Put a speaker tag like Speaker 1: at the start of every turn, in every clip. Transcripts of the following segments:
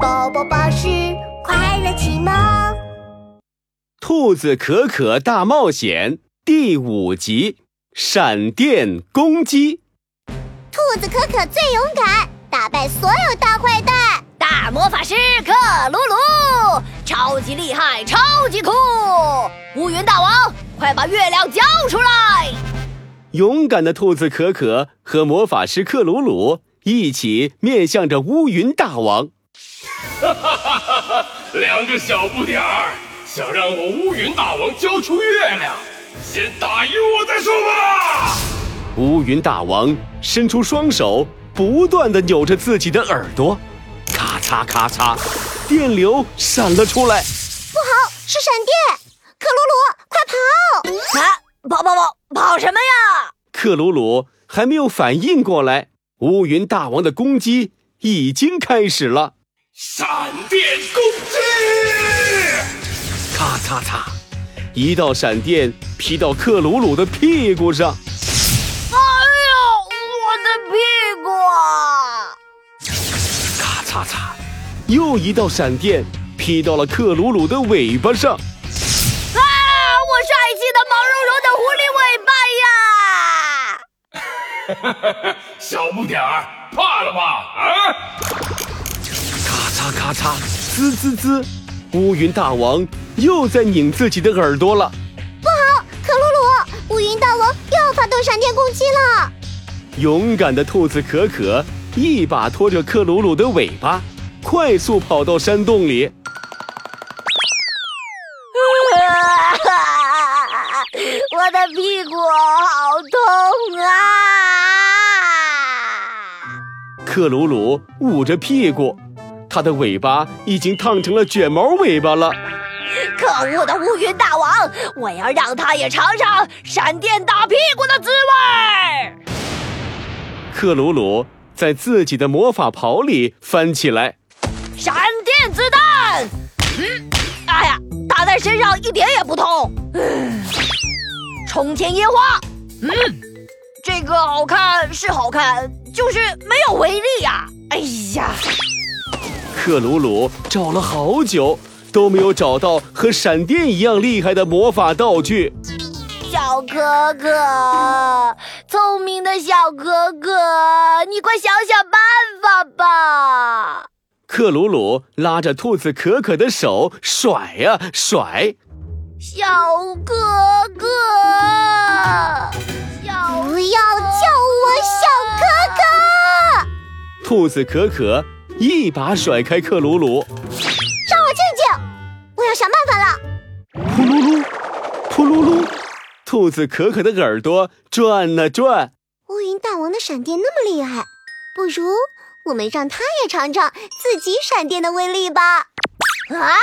Speaker 1: 宝宝巴士快乐启蒙。
Speaker 2: 兔子可可大冒险第五集：闪电公鸡。
Speaker 1: 兔子可可最勇敢，打败所有大坏蛋。
Speaker 3: 大魔法师克鲁鲁，超级厉害，超级酷！乌云大王，快把月亮交出来！
Speaker 2: 勇敢的兔子可可和魔法师克鲁鲁一起面向着乌云大王。
Speaker 4: 两个小不点儿，想让我乌云大王交出月亮，先打赢我再说吧！
Speaker 2: 乌云大王伸出双手，不断的扭着自己的耳朵，咔嚓咔嚓，电流闪了出来。
Speaker 1: 不好，是闪电！克鲁鲁，快跑！
Speaker 3: 啊，跑跑跑，跑什么呀？
Speaker 2: 克鲁鲁还没有反应过来，乌云大王的攻击已经开始了。
Speaker 4: 闪电攻击！
Speaker 2: 咔嚓嚓，一道闪电劈到克鲁鲁的屁股上。
Speaker 3: 哎呦，我的屁股啊！
Speaker 2: 咔嚓嚓，又一道闪电劈到了克鲁鲁的尾巴上。
Speaker 3: 啊，我帅气的毛茸茸的狐狸尾巴呀！
Speaker 4: 小不点儿，怕了吧？啊！
Speaker 2: 咔嚓咔嚓，滋滋滋，乌云大王又在拧自己的耳朵了。
Speaker 1: 克鲁鲁，乌云大王又发动闪电攻击了。
Speaker 2: 勇敢的兔子可可一把拖着克鲁鲁的尾巴，快速跑到山洞里。
Speaker 3: 我的屁股好痛啊！
Speaker 2: 克鲁鲁捂着屁股，它的尾巴已经烫成了卷毛尾巴了。
Speaker 3: 可恶的乌云大王，我要让他也尝尝闪电打屁股的滋味儿！
Speaker 2: 克鲁鲁在自己的魔法袍里翻起来，
Speaker 3: 闪电子弹，嗯，哎呀，打在身上一点也不痛。 嗯冲天烟花，嗯，这个好看是好看，就是没有威力呀、哎呀，
Speaker 2: 克鲁鲁找了好久都没有找到和闪电一样厉害的魔法道具。
Speaker 3: 小哥哥，聪明的小哥哥，你快想想办法吧！
Speaker 2: 克鲁鲁拉着兔子可可的手甩呀、甩，
Speaker 3: 小哥哥，小
Speaker 1: 不要叫我小哥哥！
Speaker 2: 兔子可可一把甩开克鲁鲁，
Speaker 1: 让我静静，我要想办法了。
Speaker 2: 呼噜噜，呼噜噜，兔子可可的耳朵转啊转。
Speaker 1: 乌云大王的闪电那么厉害，不如我们让他也尝尝自己闪电的威力吧。
Speaker 3: 啊，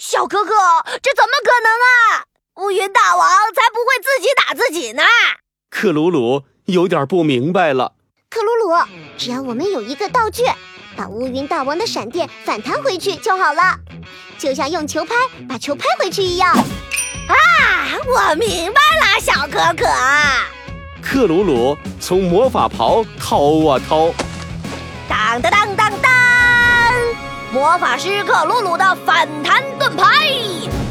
Speaker 3: 小哥哥，这怎么可能啊？乌云大王才不会自己打自己呢！
Speaker 2: 克鲁鲁有点不明白了。
Speaker 1: 克鲁鲁，只要我们有一个道具，把乌云大王的闪电反弹回去就好了，就像用球拍把球拍回去一样。
Speaker 3: 啊，我明白了，小可可。
Speaker 2: 克鲁鲁从魔法袍掏啊掏，
Speaker 3: 当当当当当！魔法师克鲁鲁的反弹盾牌，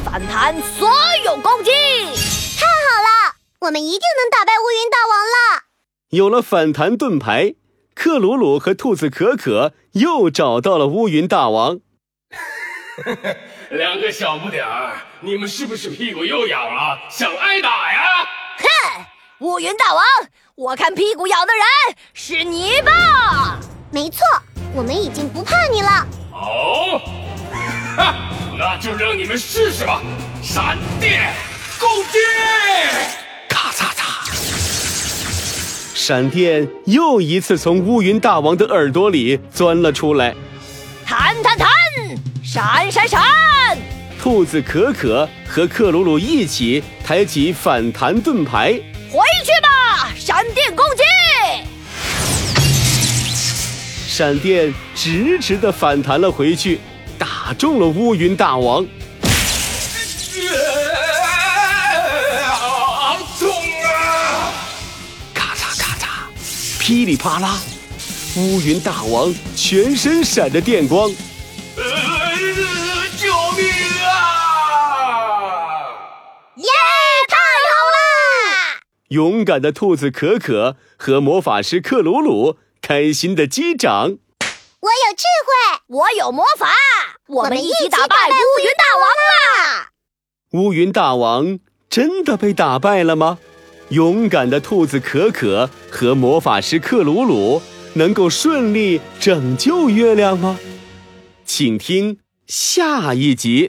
Speaker 3: 反弹所有攻击。
Speaker 1: 我们一定能打败乌云大王了！
Speaker 2: 有了反弹盾牌，克鲁鲁和兔子可可又找到了乌云大王。
Speaker 4: 两个小不点儿，你们是不是屁股又痒了，想挨打呀？
Speaker 3: 哼，乌云大王，我看屁股痒的人是你吧？
Speaker 1: 没错，我们已经不怕你了。
Speaker 4: 哦，哈，那就让你们试试吧！闪电攻击！
Speaker 2: 咔嚓嚓，闪电又一次从乌云大王的耳朵里钻了出来。
Speaker 3: 弹弹弹，闪闪闪！
Speaker 2: 兔子可可和克鲁鲁一起抬起反弹盾牌，
Speaker 3: 回去吧，闪电攻击！
Speaker 2: 闪电直直的反弹了回去，打中了乌云大王。
Speaker 4: 好痛啊！
Speaker 2: 咔嚓咔嚓，噼里啪啦，乌云大王全身闪着电光。
Speaker 4: 呃啊
Speaker 2: 勇敢的兔子可可和魔法师克鲁鲁开心的击掌。
Speaker 1: 我有智慧，
Speaker 3: 我有魔法，我
Speaker 1: 们
Speaker 3: 们
Speaker 1: 一
Speaker 3: 一
Speaker 1: 起
Speaker 3: 起
Speaker 1: 打
Speaker 3: 打
Speaker 1: 败
Speaker 3: 败
Speaker 1: 乌
Speaker 3: 乌
Speaker 1: 云啊
Speaker 3: 云大王啊吧！
Speaker 2: 乌云大王真的被打败了吗？勇敢的兔子可可和魔法师克鲁鲁能够顺利拯救月亮吗？请听下一集。